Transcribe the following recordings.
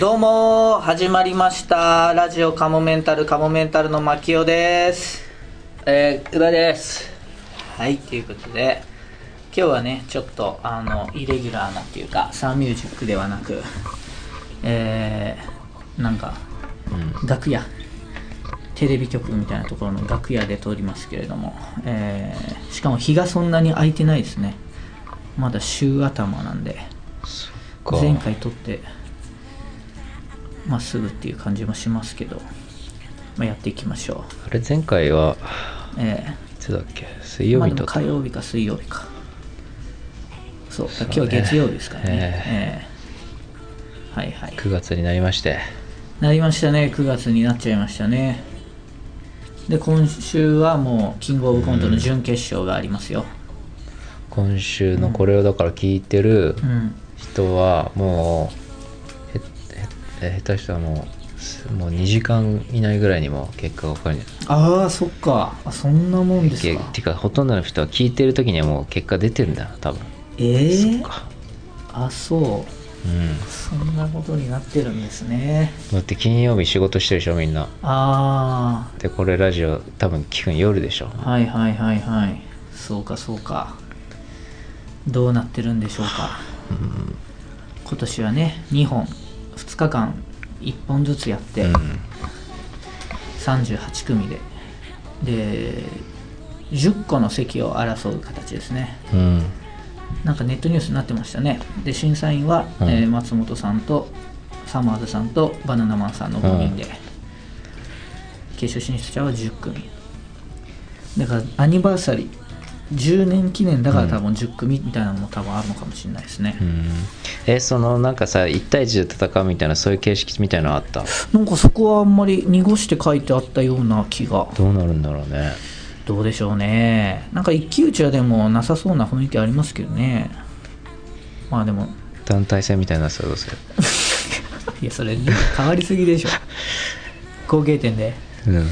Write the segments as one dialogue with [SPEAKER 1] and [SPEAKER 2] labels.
[SPEAKER 1] どうも始まりましたラジオカモメンタルカモメンタルの牧雄です
[SPEAKER 2] えー、うだです。
[SPEAKER 1] はいということで今日はねちょっとあのイレギュラーなっていうかサンミュージックではなくえー、なんか楽屋テレビ局みたいなところの楽屋で撮りますけれども、えー、しかも日がそんなに空いてないですねまだ週頭なんで
[SPEAKER 2] か
[SPEAKER 1] 前回撮ってまあすぐっていう感じもしますけど、まあ、やっていきましょ
[SPEAKER 2] あれ、前回は、
[SPEAKER 1] うえ
[SPEAKER 2] いつだっけ水
[SPEAKER 1] え
[SPEAKER 2] 曜
[SPEAKER 1] まあ
[SPEAKER 2] 日
[SPEAKER 1] で
[SPEAKER 2] と
[SPEAKER 1] も
[SPEAKER 2] っ
[SPEAKER 1] 火
[SPEAKER 2] た。
[SPEAKER 1] 曜日か水曜日かそう
[SPEAKER 2] そうね
[SPEAKER 1] 今日月曜日ですからね
[SPEAKER 2] え
[SPEAKER 1] ええはいはい
[SPEAKER 2] 9月になりまして。
[SPEAKER 1] なりましたね9月になっちゃいましたねで今週はもうキングオブコントの準決勝がありますよ
[SPEAKER 2] 今週のこれをだから聞いてる
[SPEAKER 1] うん
[SPEAKER 2] 人は、もう、へへへ下手したらもうす、もう2時間以内ぐらいにも結果が分かるんじゃない
[SPEAKER 1] ああそっかあそんなもんです
[SPEAKER 2] け
[SPEAKER 1] か
[SPEAKER 2] てか、ほとんどの人は聞いてる時にはもう結果出てるんだな、多分。
[SPEAKER 1] ええ
[SPEAKER 2] そっか。
[SPEAKER 1] あそう
[SPEAKER 2] うん。
[SPEAKER 1] そんなことになってるんですね
[SPEAKER 2] だって金曜日仕事してるでしょ、みんな。
[SPEAKER 1] あ
[SPEAKER 2] で、これラジオ多分聞くの夜でしょ。
[SPEAKER 1] あはいはいはいはいそうかそうかどうなってるんでしょうか今年はね2本2日間1本ずつやって、
[SPEAKER 2] うん。
[SPEAKER 1] 38組でで10個の席を争う形ですね
[SPEAKER 2] うん。
[SPEAKER 1] なんかネットニュースになってましたねで審査員は、
[SPEAKER 2] うん
[SPEAKER 1] えー松本さんとサマーズさんとバナナマンさんの5人で、
[SPEAKER 2] うん
[SPEAKER 1] 決勝進出者は10組だからアニバーサリー10年記念だから多分10組みたいなのも多分あるのかもしれないですね、
[SPEAKER 2] うんえそのなんかさ1対1で戦うみたいなそういう形式みたいなのあった
[SPEAKER 1] なんかそこはあんまり濁して書いてあったような気が
[SPEAKER 2] どうなるんだろうね
[SPEAKER 1] どうでしょうねなんか一騎打ちはでもなさそうな雰囲気ありますけどねまあでも
[SPEAKER 2] 団体戦みたいなさどうする
[SPEAKER 1] いやそれ変わりすぎでし ょ合計点で
[SPEAKER 2] うん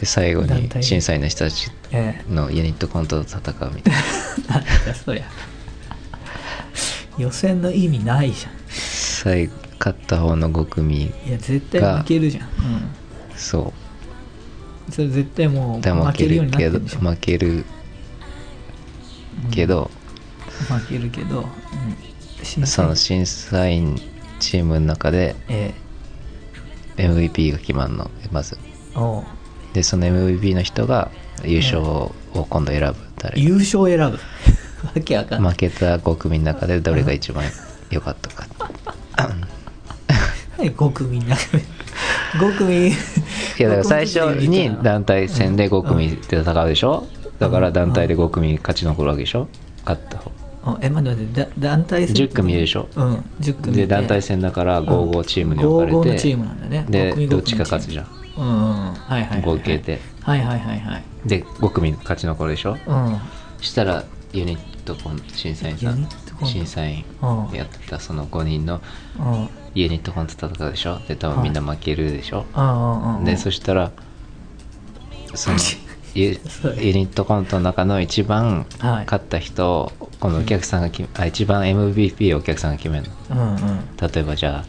[SPEAKER 2] で最後
[SPEAKER 1] 団
[SPEAKER 2] に
[SPEAKER 1] 体
[SPEAKER 2] 審査員の人たち
[SPEAKER 1] え
[SPEAKER 2] のユニットコントと戦うみたいな
[SPEAKER 1] え なんだそりゃ予選の意味ないじゃ
[SPEAKER 2] 最後勝った方の5組
[SPEAKER 1] んいや絶対負けるじゃん、う
[SPEAKER 2] そ
[SPEAKER 1] ん、それ絶対もう
[SPEAKER 2] うでも
[SPEAKER 1] 負
[SPEAKER 2] 負
[SPEAKER 1] け
[SPEAKER 2] け
[SPEAKER 1] るよう
[SPEAKER 2] る
[SPEAKER 1] になってる
[SPEAKER 2] けど
[SPEAKER 1] んでしょ
[SPEAKER 2] 負けるけど、
[SPEAKER 1] 負けるけど、うん、審
[SPEAKER 2] そ
[SPEAKER 1] 査員
[SPEAKER 2] の審査員チームの中で
[SPEAKER 1] え
[SPEAKER 2] MVP が決まるのまず
[SPEAKER 1] えおう
[SPEAKER 2] でその MVP の人が優勝を今度選ぶ誰か
[SPEAKER 1] 優勝選ぶ わけわかんない、
[SPEAKER 2] 負けた5組の中でどれが一番良かったか
[SPEAKER 1] はい5組の中で5組
[SPEAKER 2] いやだから最初に
[SPEAKER 1] だ
[SPEAKER 2] 団体戦で5組で戦うでしょだから団体で5組勝ち残るわけでしょ勝った方
[SPEAKER 1] あえ待って待ってだ団体戦
[SPEAKER 2] 10組いるでしょ
[SPEAKER 1] うん10組
[SPEAKER 2] で団体戦だから55チームに分
[SPEAKER 1] 55
[SPEAKER 2] かれ
[SPEAKER 1] のチー
[SPEAKER 2] て
[SPEAKER 1] ムなんだね5
[SPEAKER 2] で
[SPEAKER 1] 組
[SPEAKER 2] どっちか勝つ
[SPEAKER 1] 5
[SPEAKER 2] じゃん
[SPEAKER 1] 組うんうんはいはいはいはい
[SPEAKER 2] 合計で
[SPEAKER 1] はいはいはいはい
[SPEAKER 2] で5組勝ち残るでしょ
[SPEAKER 1] う
[SPEAKER 2] したらユニットコン審査員さ
[SPEAKER 1] ユニ
[SPEAKER 2] ん
[SPEAKER 1] ットコント
[SPEAKER 2] 審査員
[SPEAKER 1] んうん
[SPEAKER 2] やってたその5人の
[SPEAKER 1] うんうん
[SPEAKER 2] ユニットコント戦うでしょで多分みんな負けるでしょ
[SPEAKER 1] うんうん
[SPEAKER 2] でそしたら そのユ
[SPEAKER 1] そう
[SPEAKER 2] ユニットコントの中の一番
[SPEAKER 1] はい
[SPEAKER 2] 勝った人をこのお客さんがき、あ一番 MVP をお客さんが決めるの
[SPEAKER 1] うんうん
[SPEAKER 2] 例えばじゃ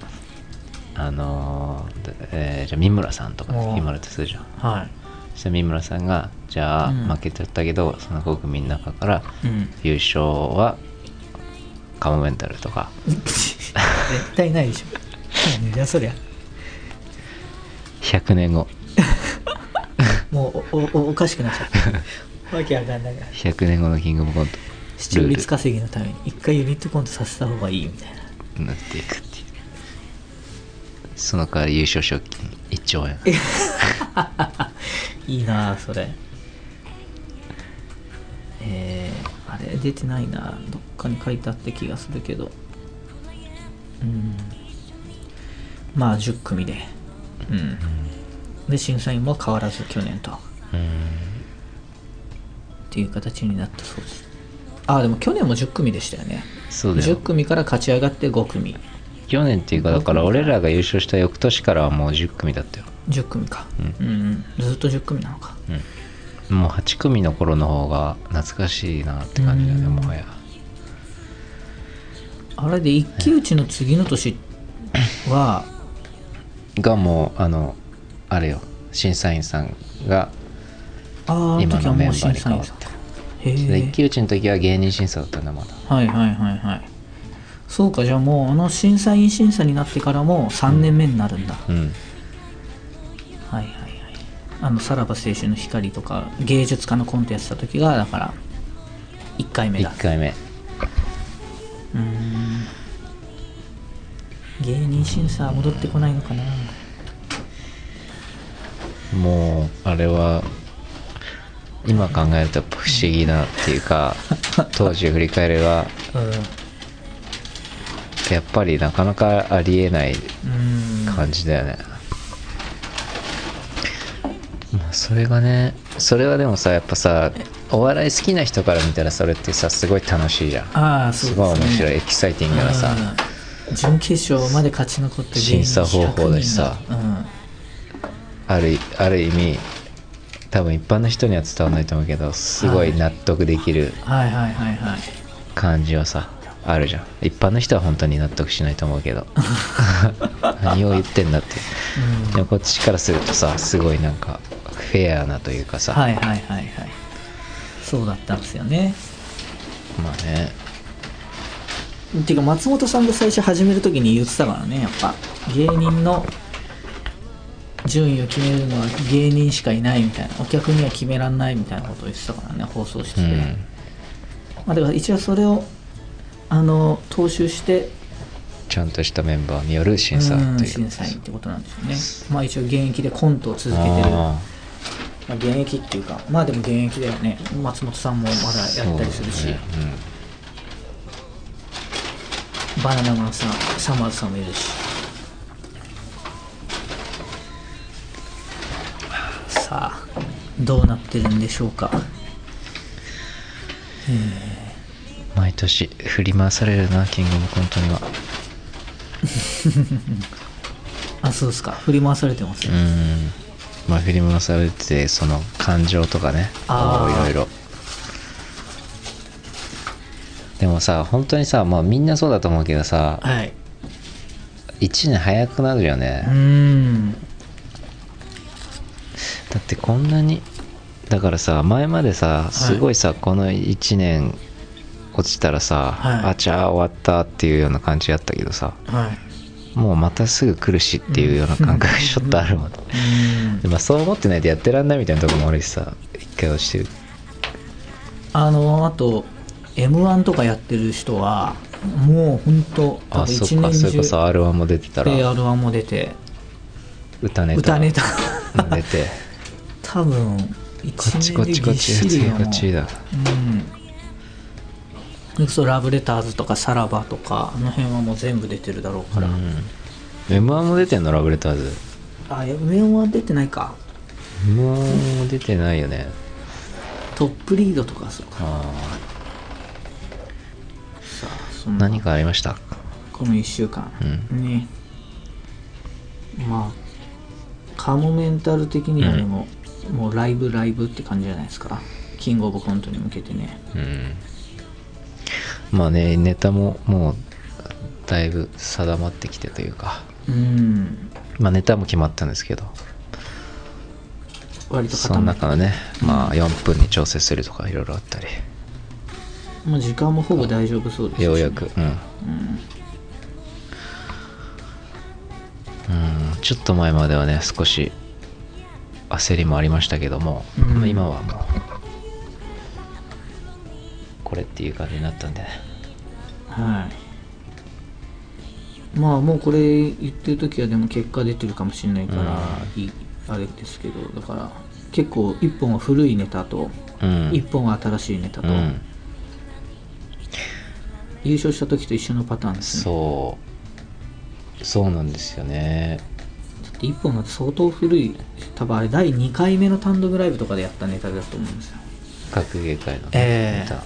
[SPEAKER 2] ああのーえーじゃあ三村さんとか
[SPEAKER 1] おー
[SPEAKER 2] 決まるとするじゃん
[SPEAKER 1] はい
[SPEAKER 2] そしたら三村さんがじゃあ
[SPEAKER 1] うん
[SPEAKER 2] 負けちゃったけど、その5組の中から
[SPEAKER 1] うん
[SPEAKER 2] 優勝はカモメンタルとか
[SPEAKER 1] 絶対ないでしょなんじゃそりゃ
[SPEAKER 2] 100年後
[SPEAKER 1] もうおおおおかしくなっちゃ ったわけわかんないから
[SPEAKER 2] 100年後のキングオブコント
[SPEAKER 1] 視聴率稼ぎのために一回ユニットコントさせた方がいいみたいな
[SPEAKER 2] なっていくっていうその代わり優勝賞金1兆円
[SPEAKER 1] いいなあそれえー、あれ出てないなどっかに書いてあった気がするけどうんまあ10組でうんで審査員も変わらず去年とっ
[SPEAKER 2] うん
[SPEAKER 1] ていう形になったそうですああでも去年も10組でしたよね
[SPEAKER 2] そうだ
[SPEAKER 1] 10
[SPEAKER 2] よ
[SPEAKER 1] 組から勝ち上がって5組
[SPEAKER 2] 去年っていうかだから俺らが優勝した翌年からはもう10組だったよ、
[SPEAKER 1] 10組かうん、うん、ずっと10組なのか
[SPEAKER 2] うん、もう8組の頃の方が懐かしいなって感じだね
[SPEAKER 1] うん
[SPEAKER 2] もはや
[SPEAKER 1] あれで一騎打ちの次の年は
[SPEAKER 2] がもうあのあれよ審査員さんが
[SPEAKER 1] ああの
[SPEAKER 2] 今
[SPEAKER 1] 時は
[SPEAKER 2] のメン
[SPEAKER 1] もう
[SPEAKER 2] バ
[SPEAKER 1] 審
[SPEAKER 2] ーに
[SPEAKER 1] 査
[SPEAKER 2] 変
[SPEAKER 1] 員
[SPEAKER 2] わっ
[SPEAKER 1] さん
[SPEAKER 2] て
[SPEAKER 1] へ
[SPEAKER 2] で
[SPEAKER 1] え
[SPEAKER 2] 一騎打ちの時は芸人審査だったんだまだ
[SPEAKER 1] はいはいはいはいそうかじゃあもうあの審査員審査になってからも3年目になるんだ、
[SPEAKER 2] うん
[SPEAKER 1] はいはいはいあのさらば青春の光とか芸術家のコンテストやってた時がだから1回目だ
[SPEAKER 2] 1回目
[SPEAKER 1] うーん芸人審査は戻ってこないのかな
[SPEAKER 2] もうあれは今考えると不思議なってい うか当時振り返れば
[SPEAKER 1] うん
[SPEAKER 2] やっぱりなかなかありえない感じだよね、まあそれがねそれはでもさやっぱさお笑い好きな人から見たらそれってさすごい楽しいじゃん
[SPEAKER 1] ああそうです
[SPEAKER 2] すごい
[SPEAKER 1] ね
[SPEAKER 2] 面白いエキサイティングなさ
[SPEAKER 1] うん準決勝まで勝ち残った芸人
[SPEAKER 2] 審査方法だしさ
[SPEAKER 1] 100人がうん
[SPEAKER 2] あるある意味多分一般の人には伝わらないと思うけどすごい納得できる
[SPEAKER 1] はいはいはいはい
[SPEAKER 2] 感じはさあるじゃん一般の人は本当に納得しないと思う けど何を言ってんだって
[SPEAKER 1] うん
[SPEAKER 2] でもこっちからするとさすごいなんかフェアなというかさ、
[SPEAKER 1] はいはいはいはいそうだったんですよね
[SPEAKER 2] まあね
[SPEAKER 1] ていうか松本さんが最初始める時に言ってたからねやっぱ芸人の順位を決めるのは芸人しかいないみたいなお客には決めらんないみたいなことを言ってたからね放送室
[SPEAKER 2] う
[SPEAKER 1] で、
[SPEAKER 2] ん
[SPEAKER 1] まあ、だから一応それをあの踏襲して
[SPEAKER 2] ちゃんとしたメンバーによる審査
[SPEAKER 1] うん
[SPEAKER 2] という
[SPEAKER 1] 審査員ってことなんですよねまあ一応現役でコントを続けてる
[SPEAKER 2] あ
[SPEAKER 1] まあ、現役っていうかまあでも現役だよね松本さんもま
[SPEAKER 2] あ
[SPEAKER 1] だやったりするし、
[SPEAKER 2] そうだね
[SPEAKER 1] バナナマンさんサマーズさんもいるしさあどうなってるんでしょうか
[SPEAKER 2] うん毎年振り回されるなキングオブコントには
[SPEAKER 1] あそうですか振り回されてます
[SPEAKER 2] う
[SPEAKER 1] ね、
[SPEAKER 2] んまあ振り回されててその感情とかね
[SPEAKER 1] あ
[SPEAKER 2] い
[SPEAKER 1] ー
[SPEAKER 2] ろいろでもさ本当にさまあみんなそうだと思うけどさ
[SPEAKER 1] はい
[SPEAKER 2] 1年早くなるよね
[SPEAKER 1] うーん
[SPEAKER 2] だってこんなにだからさ前までさすごいさ、この1年落ちたらさ、
[SPEAKER 1] はい
[SPEAKER 2] あちゃあ終わったっていうような感じだったけどさ
[SPEAKER 1] はい
[SPEAKER 2] もうまたすぐ来るしっていうような感覚がちょっとあるも ん、
[SPEAKER 1] うーん
[SPEAKER 2] でまあ、そう思ってないとやってらんないみたいなとこもあるしさ一回落ちてる
[SPEAKER 1] あのあと m 1とかやってる人はもうほんと多
[SPEAKER 2] あ
[SPEAKER 1] 分
[SPEAKER 2] そ
[SPEAKER 1] 一
[SPEAKER 2] っか
[SPEAKER 1] 年
[SPEAKER 2] それこ
[SPEAKER 1] 中
[SPEAKER 2] そ r 1も出てたら
[SPEAKER 1] r 1も出て
[SPEAKER 2] 歌ネタ
[SPEAKER 1] 歌 ネタ
[SPEAKER 2] うん出て
[SPEAKER 1] 多分
[SPEAKER 2] こ
[SPEAKER 1] 一
[SPEAKER 2] っちこっ
[SPEAKER 1] 年
[SPEAKER 2] ち
[SPEAKER 1] 中ぎ
[SPEAKER 2] こっ
[SPEAKER 1] っ
[SPEAKER 2] ち
[SPEAKER 1] しりよ
[SPEAKER 2] こっちだ
[SPEAKER 1] うんそれこそラブレターズとかさらばとかあの辺はもう全部出てるだろうか
[SPEAKER 2] うん
[SPEAKER 1] ら、
[SPEAKER 2] m 1も出てんのラブレターズ
[SPEAKER 1] あいや上は出てないか
[SPEAKER 2] m 1も出てないよね
[SPEAKER 1] トップリードとかそうか
[SPEAKER 2] ああ
[SPEAKER 1] さあそんな
[SPEAKER 2] 何かありました
[SPEAKER 1] この1週間、
[SPEAKER 2] う
[SPEAKER 1] ねまあカモメンタル的にはでも、もうライブライブって感じじゃないですかキングオブコントに向けてね
[SPEAKER 2] うんまあねネタももうだいぶ定まってきてというか
[SPEAKER 1] うん
[SPEAKER 2] まあネタも決まったんですけど
[SPEAKER 1] 割と
[SPEAKER 2] その
[SPEAKER 1] 固まっ
[SPEAKER 2] 中のねまあ4分に調整するとかいろいろあったり
[SPEAKER 1] もう時間もほぼ大丈夫そうですし
[SPEAKER 2] ようやくうん
[SPEAKER 1] うん
[SPEAKER 2] うんちょっと前まではね少し焦りもありましたけども、
[SPEAKER 1] うん
[SPEAKER 2] まあ今はもうこれっていう感じになったんでね
[SPEAKER 1] はいまあもうこれ言ってる時はでも結果出てるかもしれないから、いいあれですけどだから結構1本は古いネタと
[SPEAKER 2] うん
[SPEAKER 1] 1本は新しいネタと、
[SPEAKER 2] うん
[SPEAKER 1] 優勝した時と一緒のパターンですね
[SPEAKER 2] そうそうなんですよね
[SPEAKER 1] だって1本が相当古い多分あれ第2回目の単独ライブとかでやったネタだと思うんですよ
[SPEAKER 2] 学芸会のね、
[SPEAKER 1] ええ
[SPEAKER 2] ネタ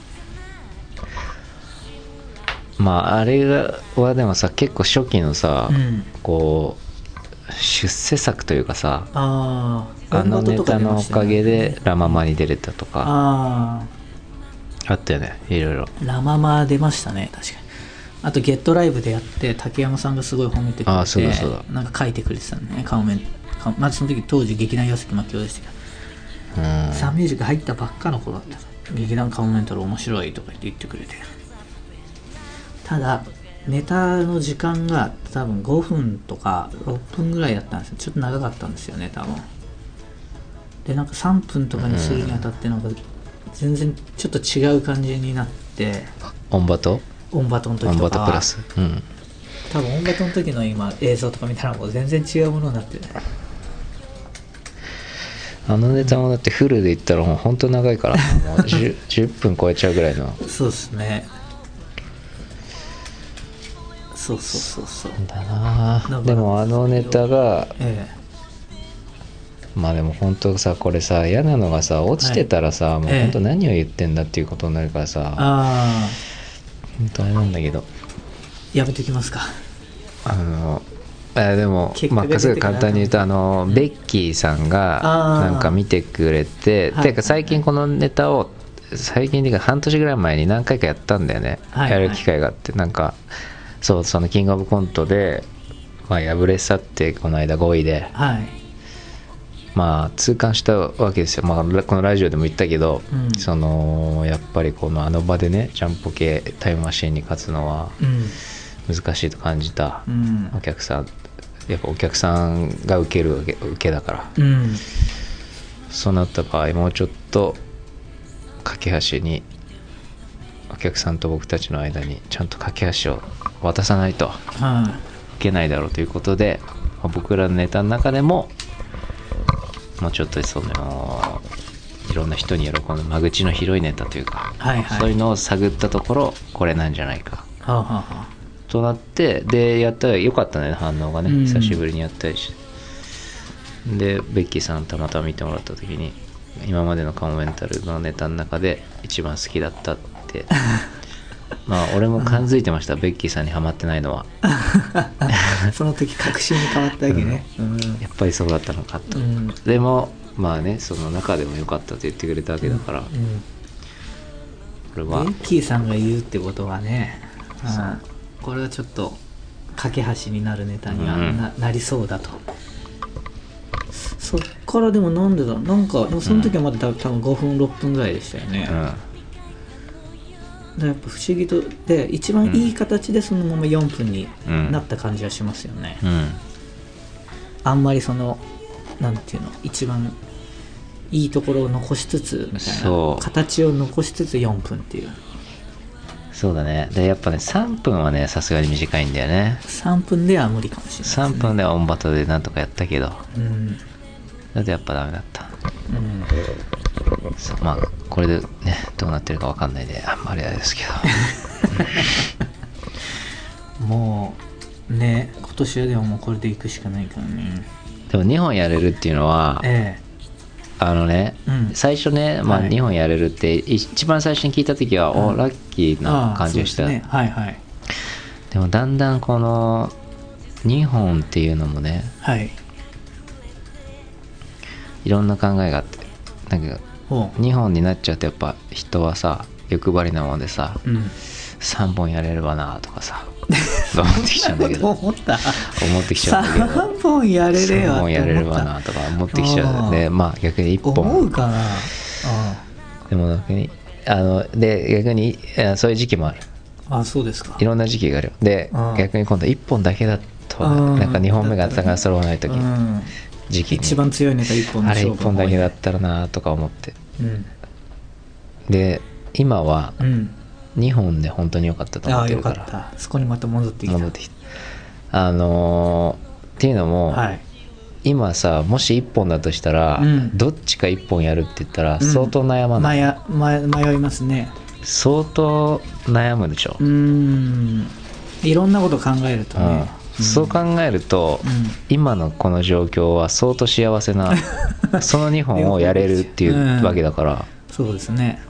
[SPEAKER 2] まああれがはでもさ結構初期のさ、
[SPEAKER 1] うん
[SPEAKER 2] こう出世作というかさ
[SPEAKER 1] ああ
[SPEAKER 2] あのネタのおかげでラ・ママに出れたとか
[SPEAKER 1] ああ
[SPEAKER 2] あったよねいろいろ
[SPEAKER 1] ラママ出ましたね確かにあと「ゲットライブでやって竹山さんがすごい褒めてくれて
[SPEAKER 2] あーそうだそうだ
[SPEAKER 1] なんか書いてくれてたのね顔面顔まあその時当時劇団岩崎真紀夫でしたけど
[SPEAKER 2] うん
[SPEAKER 1] サンミュージック入ったばっかの子だったから劇団顔メンタル面白いとか言って言ってくれてただネタの時間が多分5分とか6分ぐらいだったんですよちょっと長かったんですよね多分でなんか3分とかにするにあたってなんか全然ちょっと違う感じになって
[SPEAKER 2] オンバト
[SPEAKER 1] オンバトの
[SPEAKER 2] オ
[SPEAKER 1] 時
[SPEAKER 2] ン
[SPEAKER 1] と
[SPEAKER 2] バトプ
[SPEAKER 1] か
[SPEAKER 2] ラスうん
[SPEAKER 1] 多分オンバトの時の今映像とか見たらもう全然違うものになってる
[SPEAKER 2] あのネタもだってフルで言ったらもうほんと長いからな もう 10, 10分超えちゃうぐらいの
[SPEAKER 1] そうですねそうそうそうそう
[SPEAKER 2] だな
[SPEAKER 1] な
[SPEAKER 2] あ
[SPEAKER 1] んか
[SPEAKER 2] でもあのネタが
[SPEAKER 1] え
[SPEAKER 2] まあでも本当さこれさ嫌なのがさ落ちてたらさ、もう
[SPEAKER 1] ええ
[SPEAKER 2] 本当何を言ってんだっていうことになるから
[SPEAKER 1] え
[SPEAKER 2] さ
[SPEAKER 1] ああ
[SPEAKER 2] 本当あれなんだけど
[SPEAKER 1] やめときますか
[SPEAKER 2] あのあでも
[SPEAKER 1] 結果
[SPEAKER 2] ま
[SPEAKER 1] が
[SPEAKER 2] あすご
[SPEAKER 1] 出て
[SPEAKER 2] い
[SPEAKER 1] こな
[SPEAKER 2] 簡
[SPEAKER 1] い
[SPEAKER 2] 単に言うとあの、ベッキーさんが
[SPEAKER 1] あー
[SPEAKER 2] なんか見てくれて
[SPEAKER 1] はい
[SPEAKER 2] てか最近このネタを最近っていうか半年ぐらい前に何回かやったんだよね、
[SPEAKER 1] はい
[SPEAKER 2] やる機会があってなんかそうそのキングオブコントで、まあ、敗れ去ってこの間5位で
[SPEAKER 1] はい
[SPEAKER 2] まあ痛感したわけですよ、まあ、ラこのラジオでも言ったけど、
[SPEAKER 1] うん
[SPEAKER 2] そのやっぱりこのあの場でねジャンポ系タイムマシーンに勝つのは
[SPEAKER 1] うん
[SPEAKER 2] 難しいと感じた、
[SPEAKER 1] うん
[SPEAKER 2] お客さんやっぱお客さんが受けるわけ受けだから
[SPEAKER 1] うん
[SPEAKER 2] そうなった場合もうちょっと架け橋にお客さんと僕たちの間にちゃんと架け橋を渡さないと
[SPEAKER 1] はい
[SPEAKER 2] けないだろうということで、まあ僕らのネタの中でももうちょっとそのいろんな人に喜んで間口の広いネタというか、
[SPEAKER 1] はいはい
[SPEAKER 2] そういうのを探ったところこれなんじゃないか
[SPEAKER 1] いはあ、はあは
[SPEAKER 2] となってでやったらよかったね反応がね、
[SPEAKER 1] うん
[SPEAKER 2] 久しぶりにやったりしてでベッキーさんたまたま見てもらった時に今までのカモメンタルのネタの中で一番好きだったって まあ俺も感づいてました、ベッキーさんにはまってないのは
[SPEAKER 1] あ、その時確信に変わったわけねうん
[SPEAKER 2] やっぱりそうだったのかと、
[SPEAKER 1] うん
[SPEAKER 2] でもまあねその中でも良かったと言ってくれたわけだから、こ
[SPEAKER 1] うん
[SPEAKER 2] れ
[SPEAKER 1] ベ
[SPEAKER 2] は
[SPEAKER 1] ッキーさんが言うってことはね、うん、これはちょっと架け橋になるネタには
[SPEAKER 2] うん
[SPEAKER 1] な,、なりそうだとそっからでもなんでだなんかでもその時はまだ多分5分6分ぐらいでしたよね、
[SPEAKER 2] うん
[SPEAKER 1] でやっぱ不思議とで一番いい形でそのまま4分に
[SPEAKER 2] うん
[SPEAKER 1] なった感じはしますよね、
[SPEAKER 2] うん
[SPEAKER 1] あんまりそのなんていうの一番いいところを残しつつみたい
[SPEAKER 2] そ
[SPEAKER 1] な
[SPEAKER 2] う
[SPEAKER 1] 形を残しつつ4分っていう
[SPEAKER 2] そうだねでやっぱね3分はねさすがに短いんだよね
[SPEAKER 1] 3分では無理かもしれない
[SPEAKER 2] 3分ではオンバトでなんとかやったけど
[SPEAKER 1] うん
[SPEAKER 2] だってやっぱダメだった
[SPEAKER 1] うん
[SPEAKER 2] そうまあこれでねどうなってるかわかんないであんまりあれですけど
[SPEAKER 1] もうね今年はでももうこれでいくしかないからね
[SPEAKER 2] でも2本やれるっていうのは
[SPEAKER 1] え
[SPEAKER 2] あのね、
[SPEAKER 1] うん
[SPEAKER 2] 最初ね、まあ、
[SPEAKER 1] はい
[SPEAKER 2] 2本やれるって一番最初に聞いた時は、
[SPEAKER 1] う
[SPEAKER 2] お
[SPEAKER 1] ん
[SPEAKER 2] ラッキー
[SPEAKER 1] え
[SPEAKER 2] な感じ
[SPEAKER 1] で
[SPEAKER 2] がした
[SPEAKER 1] そう
[SPEAKER 2] で,、
[SPEAKER 1] ですねはいはい
[SPEAKER 2] もだんだんこの2本っていうのもね
[SPEAKER 1] はい
[SPEAKER 2] いろんな考えがあってなんか
[SPEAKER 1] ほ
[SPEAKER 2] 2本になっちゃうとやっぱ人はさ欲張りなもんでさ
[SPEAKER 1] ううん
[SPEAKER 2] 3本やれればなとかさ 思ってきちゃうん だけど
[SPEAKER 1] 思った
[SPEAKER 2] 思ってきちゃうんだけど
[SPEAKER 1] 3本やれれ
[SPEAKER 2] 3
[SPEAKER 1] ば
[SPEAKER 2] 本やれればなとか思ってきちゃうで
[SPEAKER 1] あー
[SPEAKER 2] まあ逆に1
[SPEAKER 1] 思う
[SPEAKER 2] 本
[SPEAKER 1] かな
[SPEAKER 2] でも逆にあので逆にえーそういう時期もある
[SPEAKER 1] ああそうですか
[SPEAKER 2] いろんな時期があるよで
[SPEAKER 1] うん
[SPEAKER 2] 逆に今度1本だけだと
[SPEAKER 1] うん
[SPEAKER 2] なんか2本目がなか揃わない時
[SPEAKER 1] うん、
[SPEAKER 2] 時期
[SPEAKER 1] 一
[SPEAKER 2] に
[SPEAKER 1] 番強いネタ1本の
[SPEAKER 2] あれ
[SPEAKER 1] 勝負
[SPEAKER 2] 1本だけだったらなとか思って
[SPEAKER 1] うん、
[SPEAKER 2] で今は
[SPEAKER 1] うん、
[SPEAKER 2] 2本で本当に良かったと
[SPEAKER 1] あ
[SPEAKER 2] 思っ
[SPEAKER 1] あ
[SPEAKER 2] て
[SPEAKER 1] よ
[SPEAKER 2] る
[SPEAKER 1] か
[SPEAKER 2] か
[SPEAKER 1] っ
[SPEAKER 2] ら
[SPEAKER 1] たそこにまた戻ってきた
[SPEAKER 2] 戻ってきたあのーっていうのも、
[SPEAKER 1] はい
[SPEAKER 2] 今さもし1本だとしたら、
[SPEAKER 1] うん
[SPEAKER 2] どっちか1本やるって言ったら
[SPEAKER 1] うん
[SPEAKER 2] 相当悩まない、
[SPEAKER 1] 迷迷迷いますね
[SPEAKER 2] 相当悩むでしょ、
[SPEAKER 1] うーんいろんなこと考えると
[SPEAKER 2] うん
[SPEAKER 1] ね、
[SPEAKER 2] そう考えると、
[SPEAKER 1] うん
[SPEAKER 2] 今のこの状況は相当幸 せなその2本をやれるってい
[SPEAKER 1] うん
[SPEAKER 2] うわけだから、
[SPEAKER 1] そうですね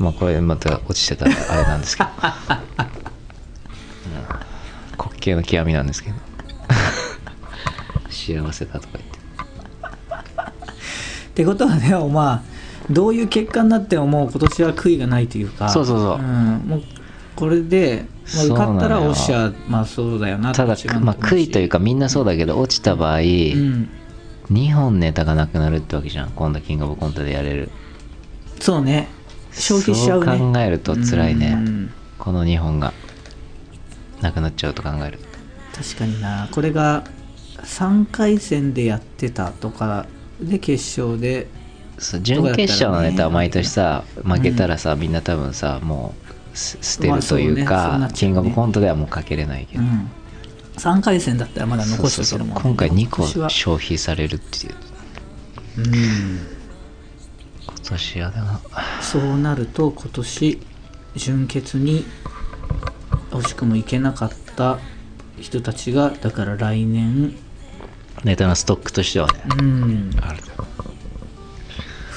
[SPEAKER 2] まあこれまた落ちてたらあれなんですけど、うん、滑稽の極みなんですけど幸せだとか言って
[SPEAKER 1] ってことはねまあどういう結果になってももう今年は悔いがないというか
[SPEAKER 2] そうそうそう
[SPEAKER 1] うん、もうこれで、まあ、
[SPEAKER 2] そう
[SPEAKER 1] 受
[SPEAKER 2] なのよ
[SPEAKER 1] かったらオッシャーまあそうだよな
[SPEAKER 2] ただ、まあ、悔いという
[SPEAKER 1] か、
[SPEAKER 2] かみんなそうだけど落ちた場合、
[SPEAKER 1] うん、
[SPEAKER 2] 2本ネタがなくなるってわけじゃん今度キングオブコントでやれる
[SPEAKER 1] そうね消費しちゃうね
[SPEAKER 2] そう考えると辛いね
[SPEAKER 1] うん
[SPEAKER 2] この2本がなくなっちゃうと考える
[SPEAKER 1] 確かになこれが3回戦でやってたとかで決勝で
[SPEAKER 2] そう準決勝のネタは毎年さ負けたらさ、みんな多分さもうす捨てるという
[SPEAKER 1] まあそうねそうな
[SPEAKER 2] か
[SPEAKER 1] っちゃうね
[SPEAKER 2] キングオブコントではもうかけれないけ
[SPEAKER 1] う
[SPEAKER 2] ど、
[SPEAKER 1] ん、3回戦だったらまだ残し
[SPEAKER 2] そ
[SPEAKER 1] とけ
[SPEAKER 2] うそ
[SPEAKER 1] る
[SPEAKER 2] う
[SPEAKER 1] も
[SPEAKER 2] そう
[SPEAKER 1] んね
[SPEAKER 2] 今回2
[SPEAKER 1] 今年
[SPEAKER 2] 個
[SPEAKER 1] は
[SPEAKER 2] 消費されるっていう
[SPEAKER 1] うん
[SPEAKER 2] 今年はでも
[SPEAKER 1] そうなると今年準決に惜しくもいけなかった人たちがだから来年
[SPEAKER 2] ネタのストックとしてはね、
[SPEAKER 1] うん増
[SPEAKER 2] ある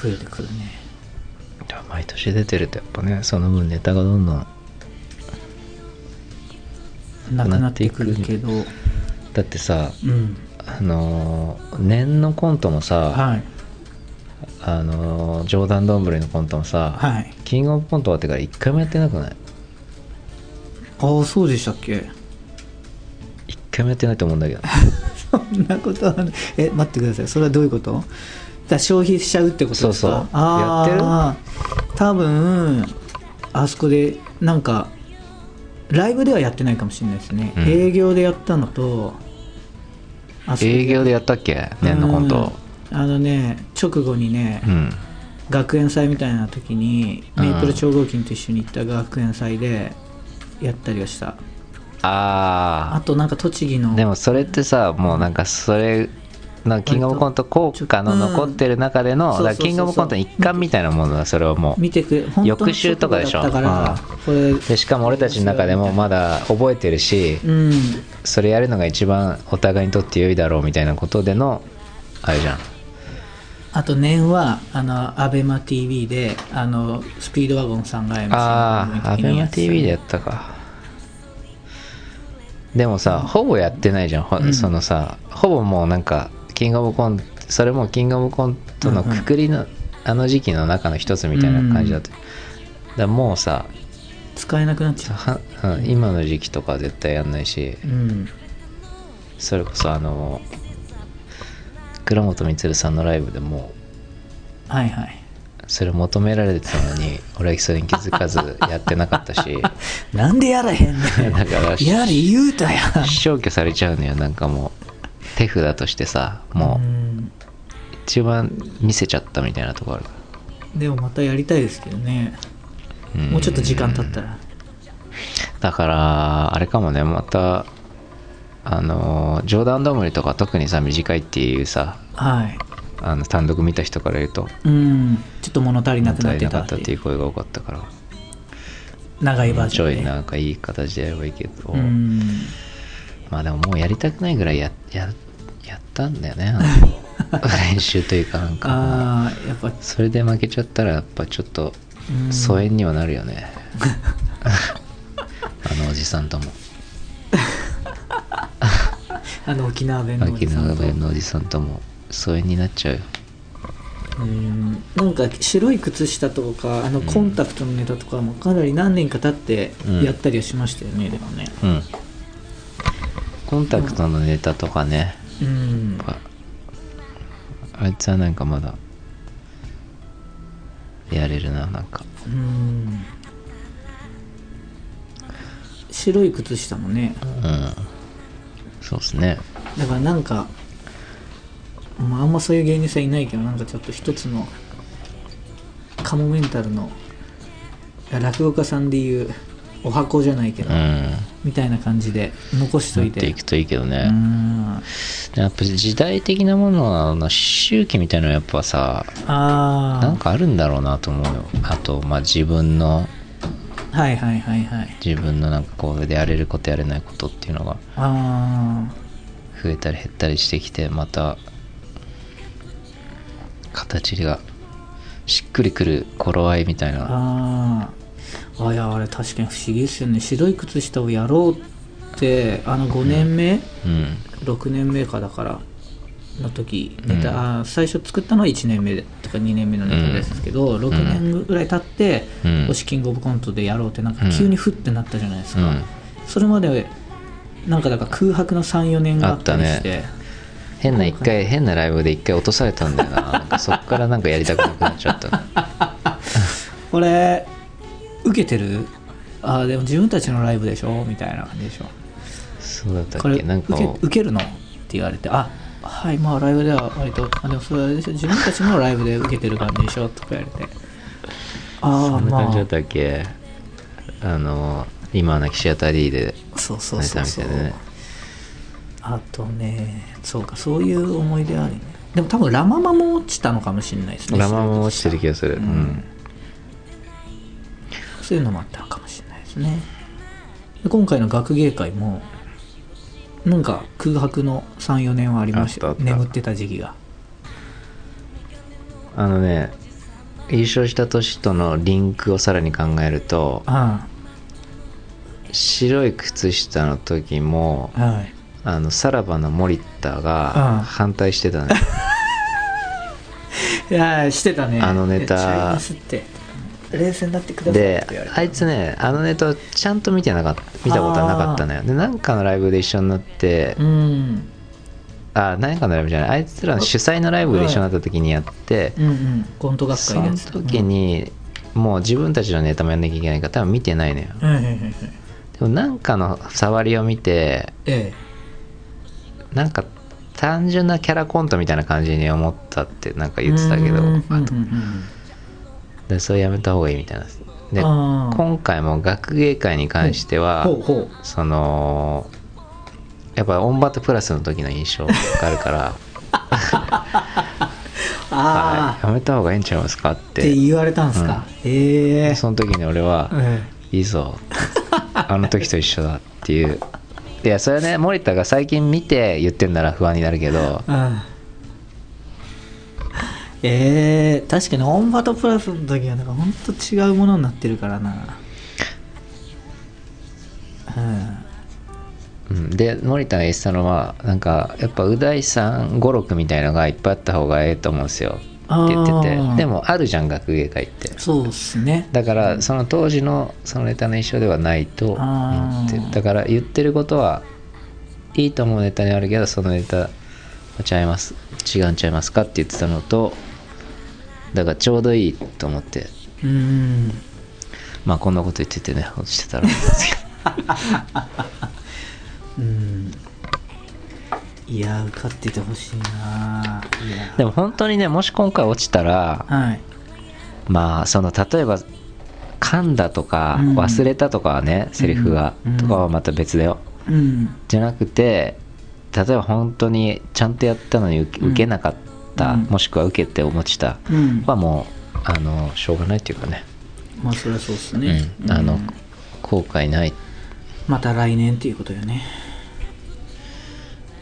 [SPEAKER 1] えてくるね
[SPEAKER 2] 毎年出てるとやっぱねその分ネタがどんどん
[SPEAKER 1] なくなってくるけど
[SPEAKER 2] だってさ
[SPEAKER 1] うん
[SPEAKER 2] あのー念のコントもさ、
[SPEAKER 1] はい
[SPEAKER 2] あのー冗談どんぶりのコントもさ、
[SPEAKER 1] はい
[SPEAKER 2] キングオブコント終わってから一回もやってなくない
[SPEAKER 1] ああそうでしたっけ
[SPEAKER 2] 一回もやってないと思うんだけど
[SPEAKER 1] そんなことはないえ待ってくださいそれはどういうことだから消費しちゃうってことです
[SPEAKER 2] そうそ
[SPEAKER 1] か
[SPEAKER 2] う
[SPEAKER 1] ああ多分あそこでなんかライブではやってないかもしれないですね、
[SPEAKER 2] うん
[SPEAKER 1] 営業でやったのとあそこ
[SPEAKER 2] 営業でやったっけ年のコント
[SPEAKER 1] うんあのね直後にね、
[SPEAKER 2] うん
[SPEAKER 1] 学園祭みたいな時に
[SPEAKER 2] う
[SPEAKER 1] メ
[SPEAKER 2] ん
[SPEAKER 1] イプル超合金と一緒に行った学園祭でやったりはしたあ
[SPEAKER 2] あ
[SPEAKER 1] となんか栃木
[SPEAKER 2] あ
[SPEAKER 1] の
[SPEAKER 2] でもそれってさもうなんかそれなんかキングオブコント効果の残ってる中で
[SPEAKER 1] う
[SPEAKER 2] の、
[SPEAKER 1] ん
[SPEAKER 2] だからキングオブコントの一環みたいなものだそれはもう
[SPEAKER 1] 見てくれ本当に
[SPEAKER 2] 翌週とかでしょ
[SPEAKER 1] 直後だったから、これ
[SPEAKER 2] でしかも俺たちの中でもまだ覚えてるし
[SPEAKER 1] うん
[SPEAKER 2] それやるのが一番お互いにとって良いだろうみたいなことでのあれじゃん
[SPEAKER 1] あと年はあのアベマ t v であのスピードワゴンさんが MC
[SPEAKER 2] ああアベ
[SPEAKER 1] の
[SPEAKER 2] マ
[SPEAKER 1] 時
[SPEAKER 2] TV
[SPEAKER 1] に
[SPEAKER 2] で
[SPEAKER 1] や
[SPEAKER 2] や
[SPEAKER 1] って
[SPEAKER 2] ったかでもさほぼやってないじゃん、ほ
[SPEAKER 1] うん
[SPEAKER 2] そのさほぼもうなんかキングオブコントそれもキングオブコントのくくりの、あの時期の中の一つみたいな感じだった、だからもうさ
[SPEAKER 1] た使えなくなっちゃ
[SPEAKER 2] は、うん、今の時期とかは絶対やんないし
[SPEAKER 1] ううん
[SPEAKER 2] それこそあの倉本光さんのライブでも
[SPEAKER 1] はいはい
[SPEAKER 2] それ求められてたのに俺はそれに気づかずやってなかっ たし
[SPEAKER 1] なんでやらへんね
[SPEAKER 2] だから
[SPEAKER 1] ん やれ言うたやん
[SPEAKER 2] 消去されちゃうのよなんかもう手札としてさ もう一番見せちゃったみたいなとこあるか
[SPEAKER 1] うんでもまたやりたいですけどね
[SPEAKER 2] らん
[SPEAKER 1] もうちょっと時間経ったら
[SPEAKER 2] だからあれかもねまたあの冗談どもりとか特にさ短いっていうさ
[SPEAKER 1] はい
[SPEAKER 2] あの単独見た人から言うと
[SPEAKER 1] うんちょっと物足りなくなっ
[SPEAKER 2] 足
[SPEAKER 1] て
[SPEAKER 2] りなか
[SPEAKER 1] た
[SPEAKER 2] ったっていう声が多かったから
[SPEAKER 1] 長いバージ
[SPEAKER 2] ち
[SPEAKER 1] ョ
[SPEAKER 2] ょ
[SPEAKER 1] ンで
[SPEAKER 2] いなんかいい形でやればいいけど、
[SPEAKER 1] うん
[SPEAKER 2] まあでももうやりたくないぐらいやややったんだよね 練習というかなんか
[SPEAKER 1] ああやっぱ
[SPEAKER 2] それで負けちゃったらやっぱちょっと
[SPEAKER 1] うん
[SPEAKER 2] 疎遠にはなるよね あのおじさんとも
[SPEAKER 1] あの沖縄弁のお
[SPEAKER 2] 秋
[SPEAKER 1] じさん
[SPEAKER 2] 長
[SPEAKER 1] と
[SPEAKER 2] 弁のおじさんとも疎遠になっちゃうよ
[SPEAKER 1] うんなんか白い靴下とかあのコンタクトのネタとかもかなり何年か経って
[SPEAKER 2] うん
[SPEAKER 1] やったりはしましたよね、でもね
[SPEAKER 2] うんコンタクトのネタとかね
[SPEAKER 1] うん
[SPEAKER 2] やっぱあいつはなんかまだやれるななんか
[SPEAKER 1] うん白い靴下もね
[SPEAKER 2] うんそうっすね
[SPEAKER 1] だからなんか、まあ、あんまそういう芸人さんいないけどなんかちょっと一つのカモメンタルの落語家さんでいうお箱じゃないけど、
[SPEAKER 2] うん
[SPEAKER 1] みたいな感じで残しと
[SPEAKER 2] 持っ
[SPEAKER 1] いて
[SPEAKER 2] ていくといいけどね、
[SPEAKER 1] うん
[SPEAKER 2] やっぱ時代的なものの周期みたいなのはやっぱさ
[SPEAKER 1] あ
[SPEAKER 2] なんかあるんだろうなと思うよあとまあ自分の
[SPEAKER 1] あはいはいはいはい
[SPEAKER 2] 自分のなんかこうでやれることやれないことっていうのが
[SPEAKER 1] あ
[SPEAKER 2] 増えたり減ったりしてきてまた形がしっくりくる頃合いみたい
[SPEAKER 1] あ
[SPEAKER 2] な
[SPEAKER 1] あああいやあれ確かに不思議ですよね白い靴下をやろうってあの5年目、
[SPEAKER 2] うん
[SPEAKER 1] 6年目かだからの時
[SPEAKER 2] うん
[SPEAKER 1] ネタ、あー最初作ったのは1年目とか2年目のネタですけど、6年ぐらい経って、
[SPEAKER 2] うん
[SPEAKER 1] もしキングオブコントでやろうってなん
[SPEAKER 2] う
[SPEAKER 1] か
[SPEAKER 2] ん
[SPEAKER 1] 急にフッてなったじゃないです
[SPEAKER 2] う
[SPEAKER 1] か、
[SPEAKER 2] ん
[SPEAKER 1] それまでなんかだから空白の34年があったり
[SPEAKER 2] あ
[SPEAKER 1] し、
[SPEAKER 2] ってた変な一回変なライブで一回落とされたんだよななんかそっからなんかやりたくなくなっちゃったな
[SPEAKER 1] これ受けてるああでも自分たちのライブでしょみたいな感じでしょ
[SPEAKER 2] そうだった
[SPEAKER 1] こ
[SPEAKER 2] っ
[SPEAKER 1] れ
[SPEAKER 2] けなん
[SPEAKER 1] 受
[SPEAKER 2] か
[SPEAKER 1] け
[SPEAKER 2] もう
[SPEAKER 1] 受けるのって言われてあはいまあライブでは割とあでもそれは自分たちのライブで受けてる感じでしょとか言われてあ
[SPEAKER 2] そ
[SPEAKER 1] あ
[SPEAKER 2] ん
[SPEAKER 1] ま
[SPEAKER 2] な感
[SPEAKER 1] あ
[SPEAKER 2] じだったっけあの今はなきシアター D で
[SPEAKER 1] そうそうそうそう
[SPEAKER 2] 泣いたみたいなね
[SPEAKER 1] あとねそうかそういう思い出はねでも多分ラママも落ちたのかもしれないですね
[SPEAKER 2] ラマも落ちてる気がする、う
[SPEAKER 1] うんんそういうのもあったかもしれないですね。で今回の学芸会も、なんか空白の3、4年はありました
[SPEAKER 2] あ
[SPEAKER 1] よ
[SPEAKER 2] ったあった
[SPEAKER 1] 眠ってた時期が。
[SPEAKER 2] あのね優勝した年とのリンクをさらに考えると
[SPEAKER 1] あ
[SPEAKER 2] 白い靴下の時も
[SPEAKER 1] あはい。
[SPEAKER 2] あのさらばの森田が
[SPEAKER 1] うん
[SPEAKER 2] 反対してたね、
[SPEAKER 1] いやーしてたね。
[SPEAKER 2] あのネタ
[SPEAKER 1] いや違いますって。冷静になってくださいって
[SPEAKER 2] で
[SPEAKER 1] 言われて。
[SPEAKER 2] あいつねあのネタをちゃんと見てなかった見たことはなかったのよでなんかのライブで一緒になって
[SPEAKER 1] うん。
[SPEAKER 2] あ何かのライブじゃないあいつらの主催のライブで一緒になった時にやって
[SPEAKER 1] うんうん。コント学
[SPEAKER 2] そ
[SPEAKER 1] 会の
[SPEAKER 2] の
[SPEAKER 1] やつ。
[SPEAKER 2] 時にもう自分たちのネタもやんなきゃいけないから多分見てないのよ
[SPEAKER 1] うん。うんうんうんうん。
[SPEAKER 2] でもなんかの触りを見て
[SPEAKER 1] ええ。
[SPEAKER 2] なんか単純なキャラコントみたいな感じに思ったってなんか言ってたけど
[SPEAKER 1] うんうん
[SPEAKER 2] あ
[SPEAKER 1] うん
[SPEAKER 2] とでそれやめた方がいいみたいなで
[SPEAKER 1] あー
[SPEAKER 2] 今回も学芸会に関しては
[SPEAKER 1] ほうほう。
[SPEAKER 2] そのやっぱオンバットプラスの時の印象があるから
[SPEAKER 1] あ
[SPEAKER 2] は
[SPEAKER 1] あ。
[SPEAKER 2] いやめた方がいいんちゃいますかっ
[SPEAKER 1] って
[SPEAKER 2] て
[SPEAKER 1] 言われたんすか。ええ。
[SPEAKER 2] その時に俺は
[SPEAKER 1] え
[SPEAKER 2] 「いいぞ あの時と一緒だ」っていういやそれはね森田が最近見て言ってんなら不安になるけど
[SPEAKER 1] うんえー、確かにオンバトプラスの時はなんかほんと違うものになってるからなうん
[SPEAKER 2] うん、で森田が言ってたのはなんかやっぱう大さん56みたいのがいっぱいあった方がええと思うんですよって言って
[SPEAKER 1] あー
[SPEAKER 2] てでもあるじゃん学芸会って
[SPEAKER 1] そうっすね
[SPEAKER 2] だからその当時のそのネタの一緒ではないと
[SPEAKER 1] あ
[SPEAKER 2] 思
[SPEAKER 1] ー
[SPEAKER 2] ってだから言ってることはいいと思うネタにあるけどそのネタは違います違うんちゃいますかって言ってたのとだからちょうどいいと思って
[SPEAKER 1] うん
[SPEAKER 2] まあこんなこと言っててね落ちてたらなんですけど
[SPEAKER 1] うんいや受かっててほしいないや
[SPEAKER 2] でも本当にねもし今回落ちたら
[SPEAKER 1] はい
[SPEAKER 2] まあその例えば噛んだとか
[SPEAKER 1] うん
[SPEAKER 2] 忘れたとかはね、セリフが、
[SPEAKER 1] うん
[SPEAKER 2] とかはまた別だよ
[SPEAKER 1] うん
[SPEAKER 2] じゃなくて例えば本当にちゃんとやったのに受け,、
[SPEAKER 1] うん
[SPEAKER 2] なかっ
[SPEAKER 1] う
[SPEAKER 2] た、
[SPEAKER 1] ん
[SPEAKER 2] もしくは受けて落ちた
[SPEAKER 1] うんま
[SPEAKER 2] はもうあのしょうがないっていうかね、
[SPEAKER 1] あそりゃそうっすね、
[SPEAKER 2] うん、あの、
[SPEAKER 1] うん
[SPEAKER 2] 後悔ない
[SPEAKER 1] また来年っていうことよね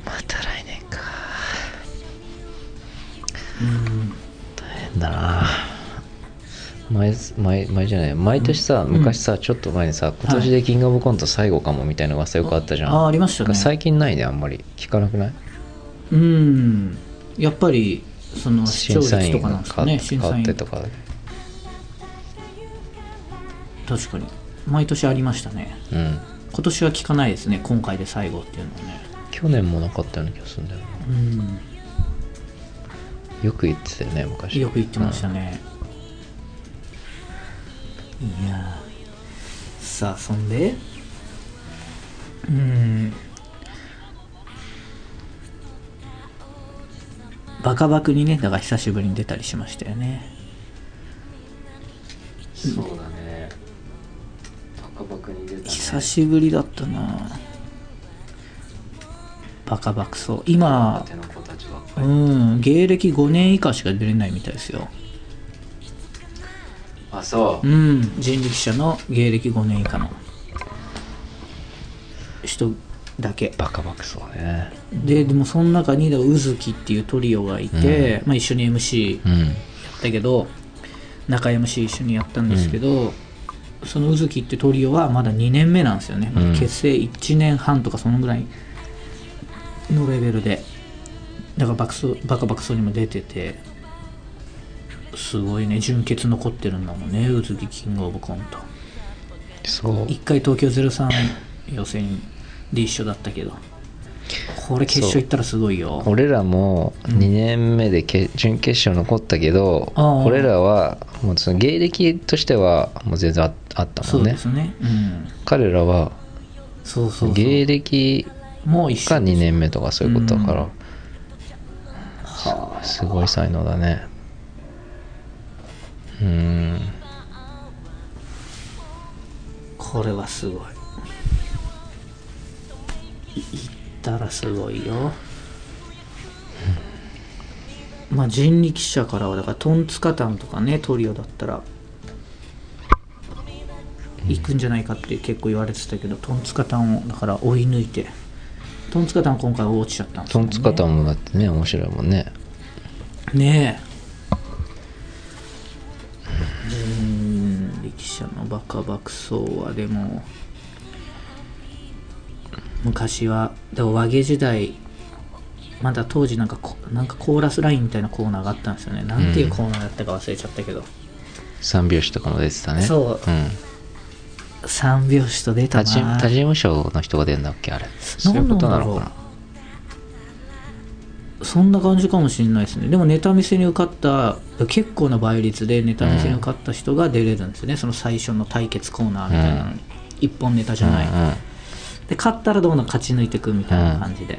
[SPEAKER 2] また来年か
[SPEAKER 1] うん
[SPEAKER 2] 変だな前前前じゃない毎年さ、昔さちょっと前にさ今年で「キングオブコント」最後かもみたいな噂よくあったじゃん、
[SPEAKER 1] ああありました
[SPEAKER 2] なんか
[SPEAKER 1] ね
[SPEAKER 2] 最近ないねあんまり聞かなくない
[SPEAKER 1] うんやっぱりその視聴
[SPEAKER 2] 審査
[SPEAKER 1] 率と
[SPEAKER 2] 員
[SPEAKER 1] かなん
[SPEAKER 2] が
[SPEAKER 1] ですか
[SPEAKER 2] 変わ
[SPEAKER 1] ね
[SPEAKER 2] っ変
[SPEAKER 1] 審
[SPEAKER 2] わ
[SPEAKER 1] 査
[SPEAKER 2] っ
[SPEAKER 1] 員
[SPEAKER 2] てとか
[SPEAKER 1] 確かに毎年ありましたね
[SPEAKER 2] うん
[SPEAKER 1] 今年は聞かないですね今回で最後っていうのはね
[SPEAKER 2] 去年もなかったような気がするんだよな
[SPEAKER 1] うん
[SPEAKER 2] よく言ってたよね昔
[SPEAKER 1] よく言ってましたね、いやーさあそんでうんバカバクにねだから久しぶりに出たりしましたよね
[SPEAKER 2] そうだねバカバカに出た
[SPEAKER 1] 久しぶりだったなバカバクそう今
[SPEAKER 2] の子たちばっか
[SPEAKER 1] うん芸歴5年以下しか出れないみたいですよ
[SPEAKER 2] あそ
[SPEAKER 1] うん人力車の芸歴5年以下の人だけ
[SPEAKER 2] バカバカそうね
[SPEAKER 1] ででもその中にうずきっていうトリオがいて、まあ、一緒に MC や
[SPEAKER 2] うん
[SPEAKER 1] ったけど中 MC 一緒にやったんですけど、そのうずきってトリオはまだ2年目なんですよね、
[SPEAKER 2] うん
[SPEAKER 1] 結成1年半とかそのぐらいのレベルでだから爆走バカ爆走にも出ててすごいね純潔残ってるんだもんね宇津木キングオブコント
[SPEAKER 2] そう
[SPEAKER 1] 一回東京03予選で一緒だったけどこれ決勝行ったらすごいよ
[SPEAKER 2] 俺らも2年目でけ準決勝残ったけど、
[SPEAKER 1] ああ
[SPEAKER 2] 俺らはもうその芸歴としてはもう全然ああった
[SPEAKER 1] そ
[SPEAKER 2] も
[SPEAKER 1] う
[SPEAKER 2] んね
[SPEAKER 1] ですねうん
[SPEAKER 2] 彼らは
[SPEAKER 1] そうそうそう
[SPEAKER 2] 芸歴
[SPEAKER 1] もう一
[SPEAKER 2] が
[SPEAKER 1] 緒
[SPEAKER 2] 2年目とかそういうことだから、
[SPEAKER 1] はあ
[SPEAKER 2] すごい才能だねうーん
[SPEAKER 1] これはすごいい行ったらすごいよまあ人力車からはだからトンツカタンとかねトリオだったら行くんじゃないかって結構言われてたけどトンツカタンをだから追い抜いてトンツカタン今回落ちちゃったんです
[SPEAKER 2] ト
[SPEAKER 1] よね
[SPEAKER 2] ンツカタンもだってね面白いもんね
[SPEAKER 1] ねえ人力車のバカ爆走はでも昔はでも和芸時代まだ当時なんかこなんかコーラスラインみたいなコーナーがあったんですよねなんていうコーナーだったか忘れちゃったけど、
[SPEAKER 2] 三拍子とかも出てたね、
[SPEAKER 1] そうん三拍子と出た
[SPEAKER 2] 他事
[SPEAKER 1] な
[SPEAKER 2] 他事務所の人が出るんだっけあれそういうことなのかな
[SPEAKER 1] そんな感じかもしれないですねでもネタ見せに受かった結構な倍率でネタ見せに受かった人が出れるんですよね、その最初の対決コーナーみたいなのに、一本ネタじゃない、
[SPEAKER 2] うんうん
[SPEAKER 1] で勝ったらどんどん勝ち抜いていくみたいな感じで、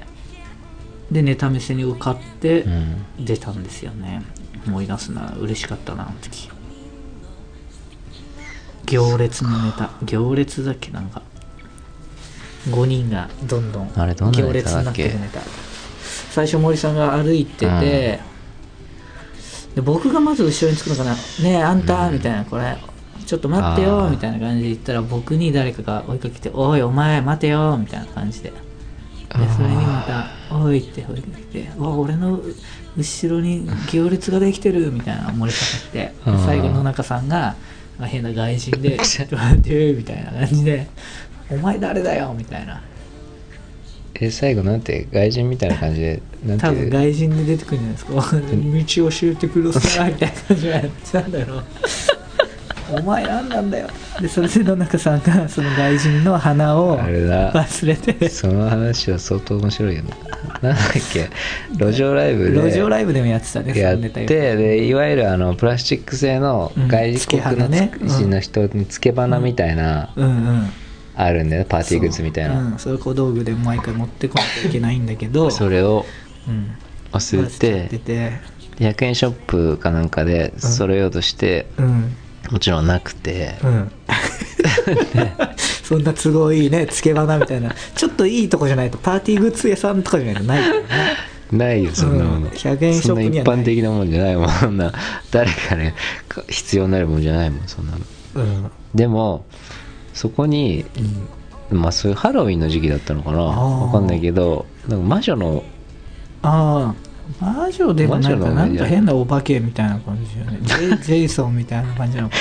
[SPEAKER 1] でネタ見せに受かって
[SPEAKER 2] うん
[SPEAKER 1] 出たんですよね、思い出すな嬉しかったなあの時行列のネタ行列だっけなんか5人がどんどん
[SPEAKER 2] あれどんなネタ
[SPEAKER 1] 行列
[SPEAKER 2] だっけ
[SPEAKER 1] になっていくネタ最初森さんが歩いてて、
[SPEAKER 2] うん
[SPEAKER 1] で僕がまず後ろにつくのかな「ねえあんた」みたいな「これちょっと待って
[SPEAKER 2] あ
[SPEAKER 1] よ」
[SPEAKER 2] ー
[SPEAKER 1] みたいな感じで言ったら僕に誰かが追いかけて「おいお前待てよ」みたいな感じで。でそれにまた「おい」って追いかけて「わ俺の後ろに行列ができてる」みたいな漏れかかって
[SPEAKER 2] あ
[SPEAKER 1] で
[SPEAKER 2] ー
[SPEAKER 1] 最後野中さんがまあ変な外人で「ちょっと待って」みたいな感じで「お前誰だよ」みたいな
[SPEAKER 2] え最後なんて外人みたいな感じでなんて
[SPEAKER 1] 多分
[SPEAKER 2] いう
[SPEAKER 1] 外人で出てくるんじゃないですか道を教えてくださいみたいな感じでやってたんだろうお前何なんだよでそれで野中さんがその外人の鼻を
[SPEAKER 2] あれだ
[SPEAKER 1] 忘れて
[SPEAKER 2] その話は相当面白いよねなんだっけ路上ライブで
[SPEAKER 1] 路上ライブでもやってたね
[SPEAKER 2] やっ
[SPEAKER 1] そのネタ
[SPEAKER 2] てでいわゆるあのプラスチック製の
[SPEAKER 1] うん
[SPEAKER 2] 外国の
[SPEAKER 1] 付け花ね
[SPEAKER 2] 人の人につけ花みたいな、
[SPEAKER 1] うんうん
[SPEAKER 2] あるんだよねパーティーグッズみたい
[SPEAKER 1] そう,、
[SPEAKER 2] な
[SPEAKER 1] うん、そういう小道具で毎回持ってこなきゃいけないんだけど
[SPEAKER 2] それを
[SPEAKER 1] うん
[SPEAKER 2] 忘れ
[SPEAKER 1] 忘れ
[SPEAKER 2] て
[SPEAKER 1] て
[SPEAKER 2] 100円ショップかなんかで揃えようとして、
[SPEAKER 1] うん
[SPEAKER 2] もちろんなくて、
[SPEAKER 1] うん そんな都合いいねつけ花みたいなちょっといいとこじゃないとパーティーグッズ屋さんとかじゃないとないからね
[SPEAKER 2] ないよそんなも
[SPEAKER 1] う
[SPEAKER 2] の、
[SPEAKER 1] ん100円ショップにはない
[SPEAKER 2] そんな一般的なもんじゃないもんそんな 誰かねか必要になるもんじゃないもんそんなの
[SPEAKER 1] うん
[SPEAKER 2] でもそこにまあそういうハロウィンの時期だったのかな
[SPEAKER 1] あー
[SPEAKER 2] わかんないけどなんか魔女の
[SPEAKER 1] ああ魔女でもない
[SPEAKER 2] 魔
[SPEAKER 1] か
[SPEAKER 2] 女の
[SPEAKER 1] な
[SPEAKER 2] ね
[SPEAKER 1] んか変なお化けみたいな感じよねジェイジェイソンみたいな感じなのか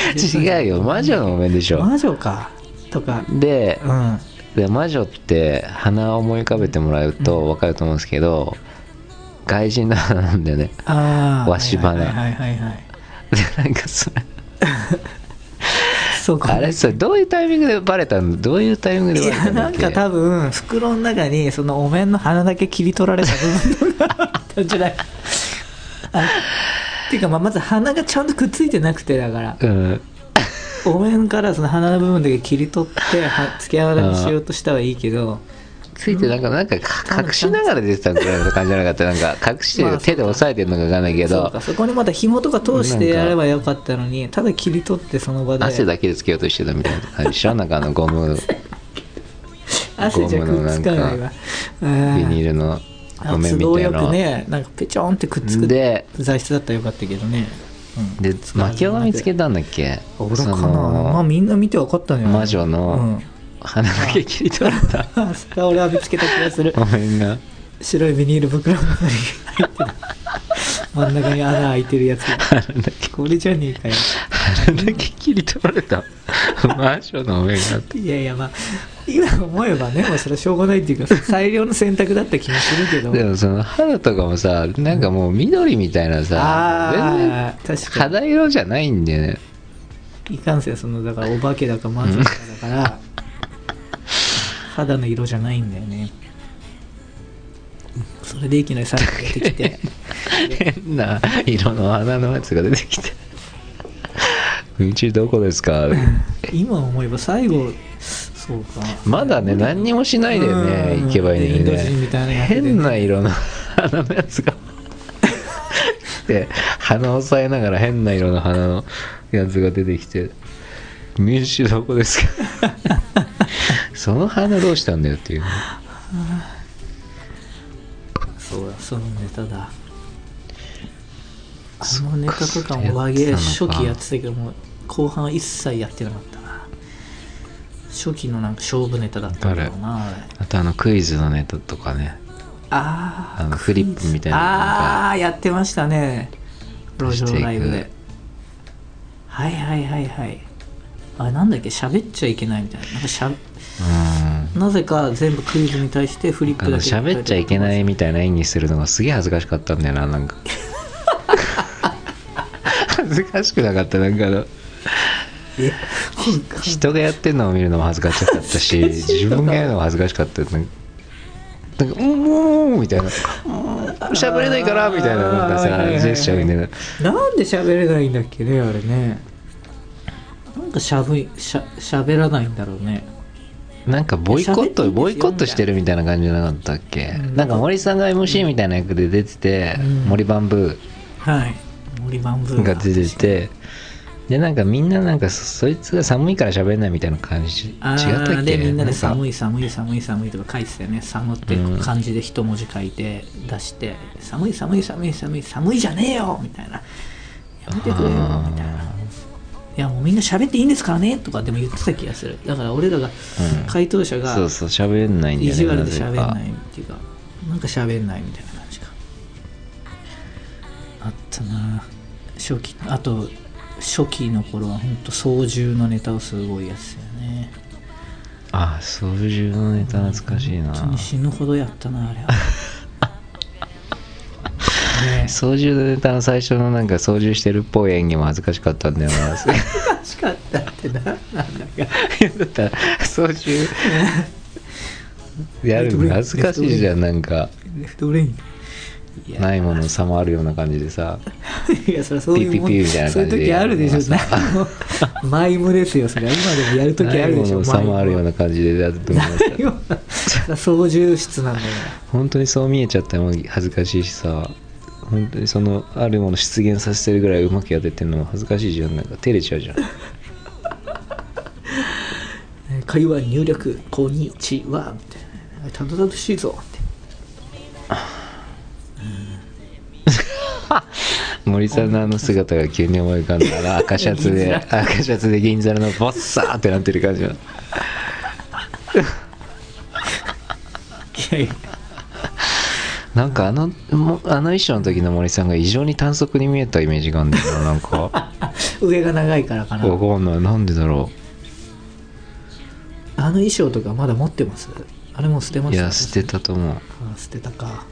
[SPEAKER 2] 違うよ魔女のお面でしょ
[SPEAKER 1] 魔女かとか
[SPEAKER 2] で
[SPEAKER 1] うん
[SPEAKER 2] で魔女って鼻を思い浮かべてもらうとわかると思うんですけど外人の鼻なんだよね
[SPEAKER 1] ああ
[SPEAKER 2] わし花
[SPEAKER 1] はいはいはいはいはい
[SPEAKER 2] でなんかそれ
[SPEAKER 1] そうか
[SPEAKER 2] あれそれどういうタイミングでバレたのどういうタイミングで
[SPEAKER 1] い
[SPEAKER 2] バレた
[SPEAKER 1] や
[SPEAKER 2] んだ
[SPEAKER 1] な
[SPEAKER 2] っ
[SPEAKER 1] ん
[SPEAKER 2] け
[SPEAKER 1] か多分袋の中にそのお面の鼻だけ切り取られた部分があったんじゃない あっていうかまあまず鼻がちゃんとくっついてなくてだから
[SPEAKER 2] うん
[SPEAKER 1] お面からその鼻の部分だけ切り取っては付け合わせにしようとしたはいいけど
[SPEAKER 2] ついてなんかなんかか隠しながら出てたぐらいの感じじゃなかったなんか隠して
[SPEAKER 1] まあ
[SPEAKER 2] る手で押さえてるのかわかんないけ
[SPEAKER 1] そう
[SPEAKER 2] ど
[SPEAKER 1] かそこにまた紐とか通してやればよかったのにただ切り取ってその場で
[SPEAKER 2] 汗だけでつけようとしてたみたいな感じでしょなんかあの ゴム
[SPEAKER 1] 汗じゃくっつかないわうん
[SPEAKER 2] ビニールの
[SPEAKER 1] あ
[SPEAKER 2] お面
[SPEAKER 1] 都
[SPEAKER 2] み
[SPEAKER 1] 合よ
[SPEAKER 2] たいなの
[SPEAKER 1] くねなんかペチョンってくっつく
[SPEAKER 2] で
[SPEAKER 1] 材質だったらよかったけどね、うん
[SPEAKER 2] で巻きを見つけたんだっけ
[SPEAKER 1] 俺か
[SPEAKER 2] そ
[SPEAKER 1] なまあ
[SPEAKER 2] の
[SPEAKER 1] みんな見て分かったんじ ゃない
[SPEAKER 2] 魔女の鼻だけ切り取られた
[SPEAKER 1] うん、それは俺は見つけた気が する
[SPEAKER 2] お面が
[SPEAKER 1] 白いビニール袋の中に入ってた真ん中に穴開いてるやつ
[SPEAKER 2] 鼻だけ
[SPEAKER 1] これじゃねえかよ
[SPEAKER 2] 鼻だけ切り取られたマンションの上があって
[SPEAKER 1] いやいやまあ今思えばねもうそれはしょうがないっていうか最良の選択だった気もするけど
[SPEAKER 2] でもその肌とかもさなんかもう緑みたいなさ全然
[SPEAKER 1] ああ確か
[SPEAKER 2] 肌色じゃないんだ よね
[SPEAKER 1] にいかんせんそのだからお化けだかマンションだかだ から肌の色じゃないんだよねそれでいきなりサラが出てきて
[SPEAKER 2] 変な色の花のやつが出てきて「うちどこですか?」
[SPEAKER 1] 今思えば最後そうか
[SPEAKER 2] まだね何にもしないでね
[SPEAKER 1] うん
[SPEAKER 2] 行けばいいの
[SPEAKER 1] イン
[SPEAKER 2] にね
[SPEAKER 1] ド人みたいなやつでね
[SPEAKER 2] 変な色の花のやつがで鼻を押さえながら変な色の花のやつが出てきて「民主どこですか? 」 その花どうしたんだよっていうね
[SPEAKER 1] そうだそのネタだあ
[SPEAKER 2] そっ
[SPEAKER 1] の
[SPEAKER 2] か
[SPEAKER 1] ネタとかも和
[SPEAKER 2] それ
[SPEAKER 1] 芸
[SPEAKER 2] やってた
[SPEAKER 1] 初
[SPEAKER 2] のか
[SPEAKER 1] 期やってたけども後半は一切やってなかったな初期のなんか勝負ネタだったんだろうなあれ
[SPEAKER 2] あとあのクイズのネタとかね
[SPEAKER 1] あ
[SPEAKER 2] あのフリップみたい
[SPEAKER 1] ー
[SPEAKER 2] なのが
[SPEAKER 1] あーやってましたね路上ライブ
[SPEAKER 2] してい
[SPEAKER 1] で
[SPEAKER 2] く
[SPEAKER 1] はいはいはいはいあなんだっけ喋っちゃいけないみたいななんかしゃ
[SPEAKER 2] うん
[SPEAKER 1] なぜか全部クイズに対してフリッ
[SPEAKER 2] あ
[SPEAKER 1] プだ
[SPEAKER 2] の
[SPEAKER 1] け
[SPEAKER 2] 喋っちゃいけないみたいな演技するのがすげえ恥ずかしかったんだよななんか恥ずかしくなかったなんかあの
[SPEAKER 1] え
[SPEAKER 2] 人がやってんのを見るのも恥ずかしかったし自分がやるのも恥ずかしかったなんかなんか「うんうん」みたいな「しゃべれないから」みたいななんか
[SPEAKER 1] あーはいはいは
[SPEAKER 2] さ
[SPEAKER 1] い
[SPEAKER 2] ジェスチャーみたいな
[SPEAKER 1] なんで喋れないんだっけねあれねなんかしゃぶいしゃ喋らないんだろうね
[SPEAKER 2] なんかボイコッ
[SPEAKER 1] 喋っていいんです
[SPEAKER 2] ト
[SPEAKER 1] よ
[SPEAKER 2] ボイコットしてるみたいな感じじゃなかったっけ
[SPEAKER 1] うん
[SPEAKER 2] なんか森さんが MC みたいな役で出てて
[SPEAKER 1] うん
[SPEAKER 2] 森バンブー
[SPEAKER 1] はい森バンブー
[SPEAKER 2] が出ててでなんかみんななんかそそいつが寒いから喋れないみたいな感じ違った
[SPEAKER 1] あ
[SPEAKER 2] っ
[SPEAKER 1] ーで
[SPEAKER 2] け
[SPEAKER 1] みんなで寒
[SPEAKER 2] い
[SPEAKER 1] い寒い寒い寒いとか書いてたよね寒って
[SPEAKER 2] うん
[SPEAKER 1] 漢字で一文字書いて出して、寒い寒い寒い寒い寒いじゃねえよみたいなやめてくれよみたいないやもうみんな喋っていいんですからねとかでも言ってた気がするだから俺らが、
[SPEAKER 2] ん
[SPEAKER 1] 回答者が
[SPEAKER 2] そうそう喋んないんだ
[SPEAKER 1] 意
[SPEAKER 2] よね
[SPEAKER 1] 地悪で喋ん
[SPEAKER 2] ぜか
[SPEAKER 1] ないっていうかなんか喋んないみたいな感じかあったな初期あと初期の頃は本当操縦のネタをすごいやつよね
[SPEAKER 2] あ操縦のネタ懐かしいな
[SPEAKER 1] 本当に死ぬほどやったなあ れはね
[SPEAKER 2] 操縦のネタの最初のなんか操縦してるっぽい演技も恥ずかしかったんだよなそれ
[SPEAKER 1] 難しかったってななんだか
[SPEAKER 2] だったら 操縦やるの恥ずかしいじゃんなんか
[SPEAKER 1] レフトブレインいや
[SPEAKER 2] ないものさもあるような感じでさ
[SPEAKER 1] いやそれはそういうもん
[SPEAKER 2] ピーピーピーみたいな
[SPEAKER 1] そういう
[SPEAKER 2] 感じで
[SPEAKER 1] 時あるでしょな マイムですよそれは今でもやる時あるでしょ
[SPEAKER 2] ないものさもあるような感じでやると思う
[SPEAKER 1] ない も のそれは操縦室なんだよ
[SPEAKER 2] 本当にそう見えちゃったらもう恥ずかしいしさ本当にそのあるもの出現させてるぐらいうまくやってってんのも恥ずかしいじゃんなんか照れちゃうじゃん
[SPEAKER 1] えー会話入力こんにちはみたいなたどたどしいぞって
[SPEAKER 2] 森さんのあの姿が急に思い浮かんだな赤シャツで赤シャツで銀皿のボッサーってなってる感じのなんかあのもあの衣装の時の森さんが異常に短足に見えたイメージがあるんだよなな んか
[SPEAKER 1] 上が長いからかなあの
[SPEAKER 2] わかんないなんでだろ
[SPEAKER 1] 衣装とかまだ持ってますあれもう捨てま
[SPEAKER 2] うい
[SPEAKER 1] した
[SPEAKER 2] や捨てたと思
[SPEAKER 1] あ捨てたか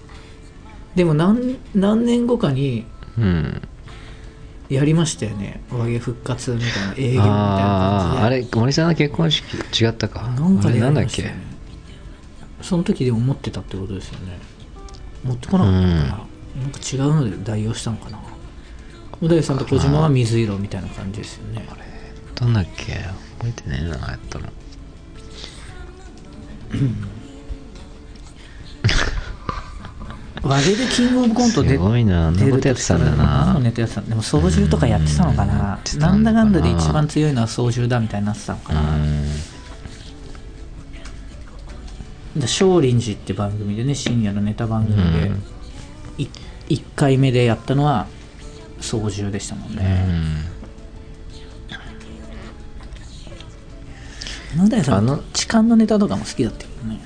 [SPEAKER 1] でも何何年後かに
[SPEAKER 2] ううん
[SPEAKER 1] やりましたよね和芸復活みたいな営業みたいな感じで
[SPEAKER 2] あああれ森さんの結婚式違ったか
[SPEAKER 1] なんか
[SPEAKER 2] あ
[SPEAKER 1] で
[SPEAKER 2] れ
[SPEAKER 1] や
[SPEAKER 2] なん
[SPEAKER 1] り
[SPEAKER 2] だっ
[SPEAKER 1] ました
[SPEAKER 2] け
[SPEAKER 1] よねその時でも持ってたってことですよね持ってこなかったのかな、なんか違うので代用したのかな小田井さんと小島は水色みたいな感じですよね
[SPEAKER 2] どんだっけ覚えてねえなやったの
[SPEAKER 1] 和芸でキングオブコント
[SPEAKER 2] す
[SPEAKER 1] で
[SPEAKER 2] ごいなあんなことやってたんだ
[SPEAKER 1] 何の
[SPEAKER 2] な
[SPEAKER 1] ネタやってたのでも操縦とかやってたのか
[SPEAKER 2] うんや
[SPEAKER 1] な
[SPEAKER 2] ってたのかな
[SPEAKER 1] なんだかんだで一番強いのは操縦だみたいになってたのか
[SPEAKER 2] う
[SPEAKER 1] な、
[SPEAKER 2] ん
[SPEAKER 1] で少林寺って番組でね深夜のネタ番組で、
[SPEAKER 2] うん
[SPEAKER 1] い一1回目でやったのは操縦でしたもんね、野田さ
[SPEAKER 2] あ
[SPEAKER 1] ん
[SPEAKER 2] の
[SPEAKER 1] 痴漢のネタとかも好きだったけど ね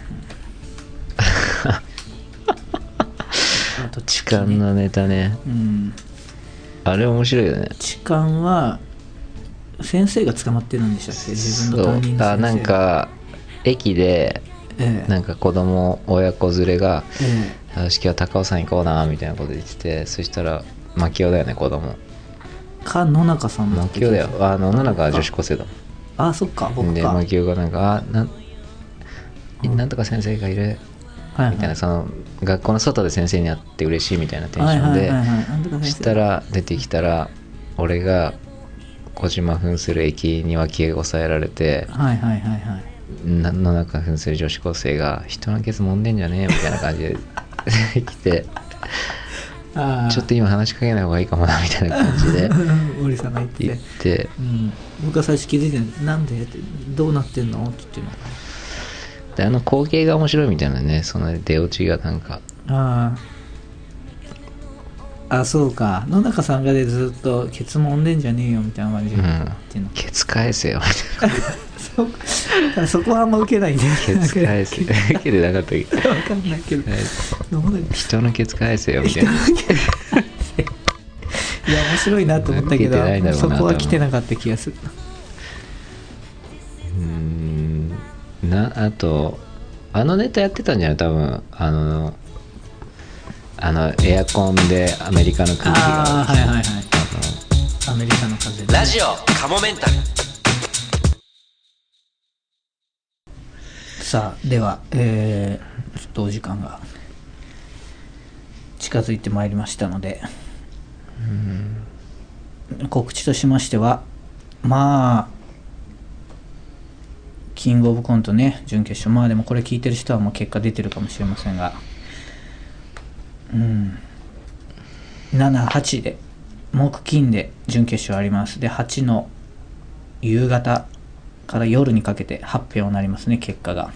[SPEAKER 1] あと
[SPEAKER 2] 痴
[SPEAKER 1] 痴
[SPEAKER 2] 漢
[SPEAKER 1] 漢ね
[SPEAKER 2] のネタね
[SPEAKER 1] うん
[SPEAKER 2] あれ面白いよね
[SPEAKER 1] 痴漢は先生が捕まってるんでしたっけ自分の担任の先生
[SPEAKER 2] あなんか駅で
[SPEAKER 1] ええ
[SPEAKER 2] なんか子供親子連れが
[SPEAKER 1] え
[SPEAKER 2] 「よし今日高尾山行こうな」みたいなこと言っててそしたら槙尾だよね子供
[SPEAKER 1] えか野中さんだっけ
[SPEAKER 2] 槙尾だよあの野中は女子高生だもん
[SPEAKER 1] あそっか僕
[SPEAKER 2] で
[SPEAKER 1] かはい
[SPEAKER 2] 槙尾がなんか「あなん
[SPEAKER 1] うん
[SPEAKER 2] なんとか先生がいる」
[SPEAKER 1] はい
[SPEAKER 2] みたいなその学校の外で先生に会って嬉しいみたいなテンショ
[SPEAKER 1] はい
[SPEAKER 2] ン
[SPEAKER 1] はい
[SPEAKER 2] で
[SPEAKER 1] はいはいなんとか先生
[SPEAKER 2] したら出てきたら俺が小島扮する駅に脇へ抑えられて
[SPEAKER 1] はいはいはいはい
[SPEAKER 2] な野中扮する女子高生が「人のケツ揉んでんじゃねえ」みたいな感じで来て
[SPEAKER 1] あ
[SPEAKER 2] 「
[SPEAKER 1] あ
[SPEAKER 2] ちょっと今話しかけない方がいいかもな」みたいな感じ で
[SPEAKER 1] 森さんが言って
[SPEAKER 2] 言って
[SPEAKER 1] うん、僕は最初気づいてないなんでってどうなってんのって言ってる
[SPEAKER 2] であの光景が面白いみたいなねその出落ちがなんか
[SPEAKER 1] のあああそうか野中さんがでずっと「ケツもんでんじゃねえよ」みたいな感じで
[SPEAKER 2] うん
[SPEAKER 1] 言ってんの
[SPEAKER 2] 「ケツ返せよ」みたいな。
[SPEAKER 1] そうかだからそこはあんま受けないんだよ
[SPEAKER 2] ケツ返せ。ケでなかったっけ
[SPEAKER 1] わかんないけど野中
[SPEAKER 2] 人のケツ返せよみたいな。
[SPEAKER 1] いや面白いなと思ったけ
[SPEAKER 2] 受けてないだ
[SPEAKER 1] ど
[SPEAKER 2] ろうな
[SPEAKER 1] そこは来てなかった気がする
[SPEAKER 2] うーんな、あと、あのネタやってたんじゃない多分、あの、あの、エアコンでアメリカの空気
[SPEAKER 1] あ
[SPEAKER 2] が。
[SPEAKER 1] あはいはいはいアメリカの風で
[SPEAKER 3] ラジオカモメンタル
[SPEAKER 1] さあではえー、ちょっとお時間が近づいてまいりましたので告知としましてはまあキングオブコントね準決勝まあでもこれ聞いてる人はもう結果出てるかもしれませんがうん78で木金で準決勝ありますで8の夕方から夜にかけて発表になりますね結果が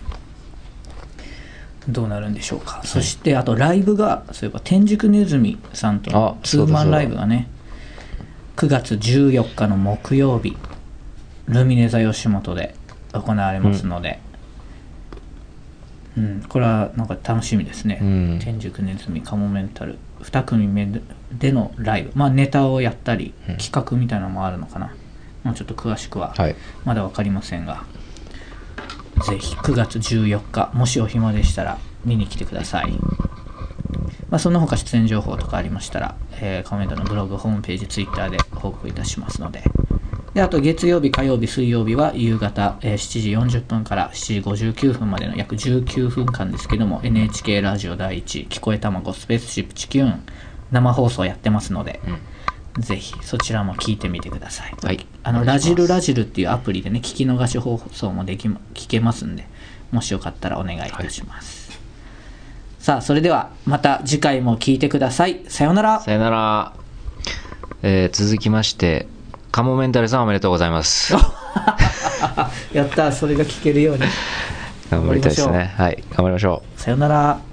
[SPEAKER 1] どうなるんでしょうか、そしてあとライブがそういえば天竺ネズミさんとの
[SPEAKER 2] あ
[SPEAKER 1] ツ
[SPEAKER 2] そうだ
[SPEAKER 1] ーマ
[SPEAKER 2] そ
[SPEAKER 1] ン
[SPEAKER 2] うだ
[SPEAKER 1] ライブがね9月14日の木曜日ルミネ座吉本で行われますので、うんこれはなんか楽しみですね、
[SPEAKER 2] うん
[SPEAKER 1] 天竺ネズミカモメンタル2組目でのライブまあネタをやったり
[SPEAKER 2] うん
[SPEAKER 1] 企画みたいなのもあるのかな、まあちょっと詳しくは
[SPEAKER 2] はい。
[SPEAKER 1] まだ分かりませんが、ぜひ9月14日もしお暇でしたら見に来てください、まあ、その他出演情報とかありましたら、えー、カメントのブログホームページツイッターで報告いたしますのでであと月曜日火曜日水曜日は夕方、えー7時40分から7時59分までの約19分間ですけども NHK ラジオ第一聞こえたまごスペースシップ地球運生放送やってますので、ぜひそちらも聞いてみてください、
[SPEAKER 2] はい
[SPEAKER 1] あのラジルラジルっていうアプリでね聞き逃し放送もできま聞けますんでもしよかったらお願いいたします、さあそれではまた次回も聞いてくださいさようなら
[SPEAKER 2] さよなら。えー続きまして、カモメンタルさんおめでとうございます。
[SPEAKER 1] やったそれが聞けるように
[SPEAKER 2] 頑張りたいです
[SPEAKER 1] 頑張り
[SPEAKER 2] ね。はい、頑張りましょう。
[SPEAKER 1] さようなら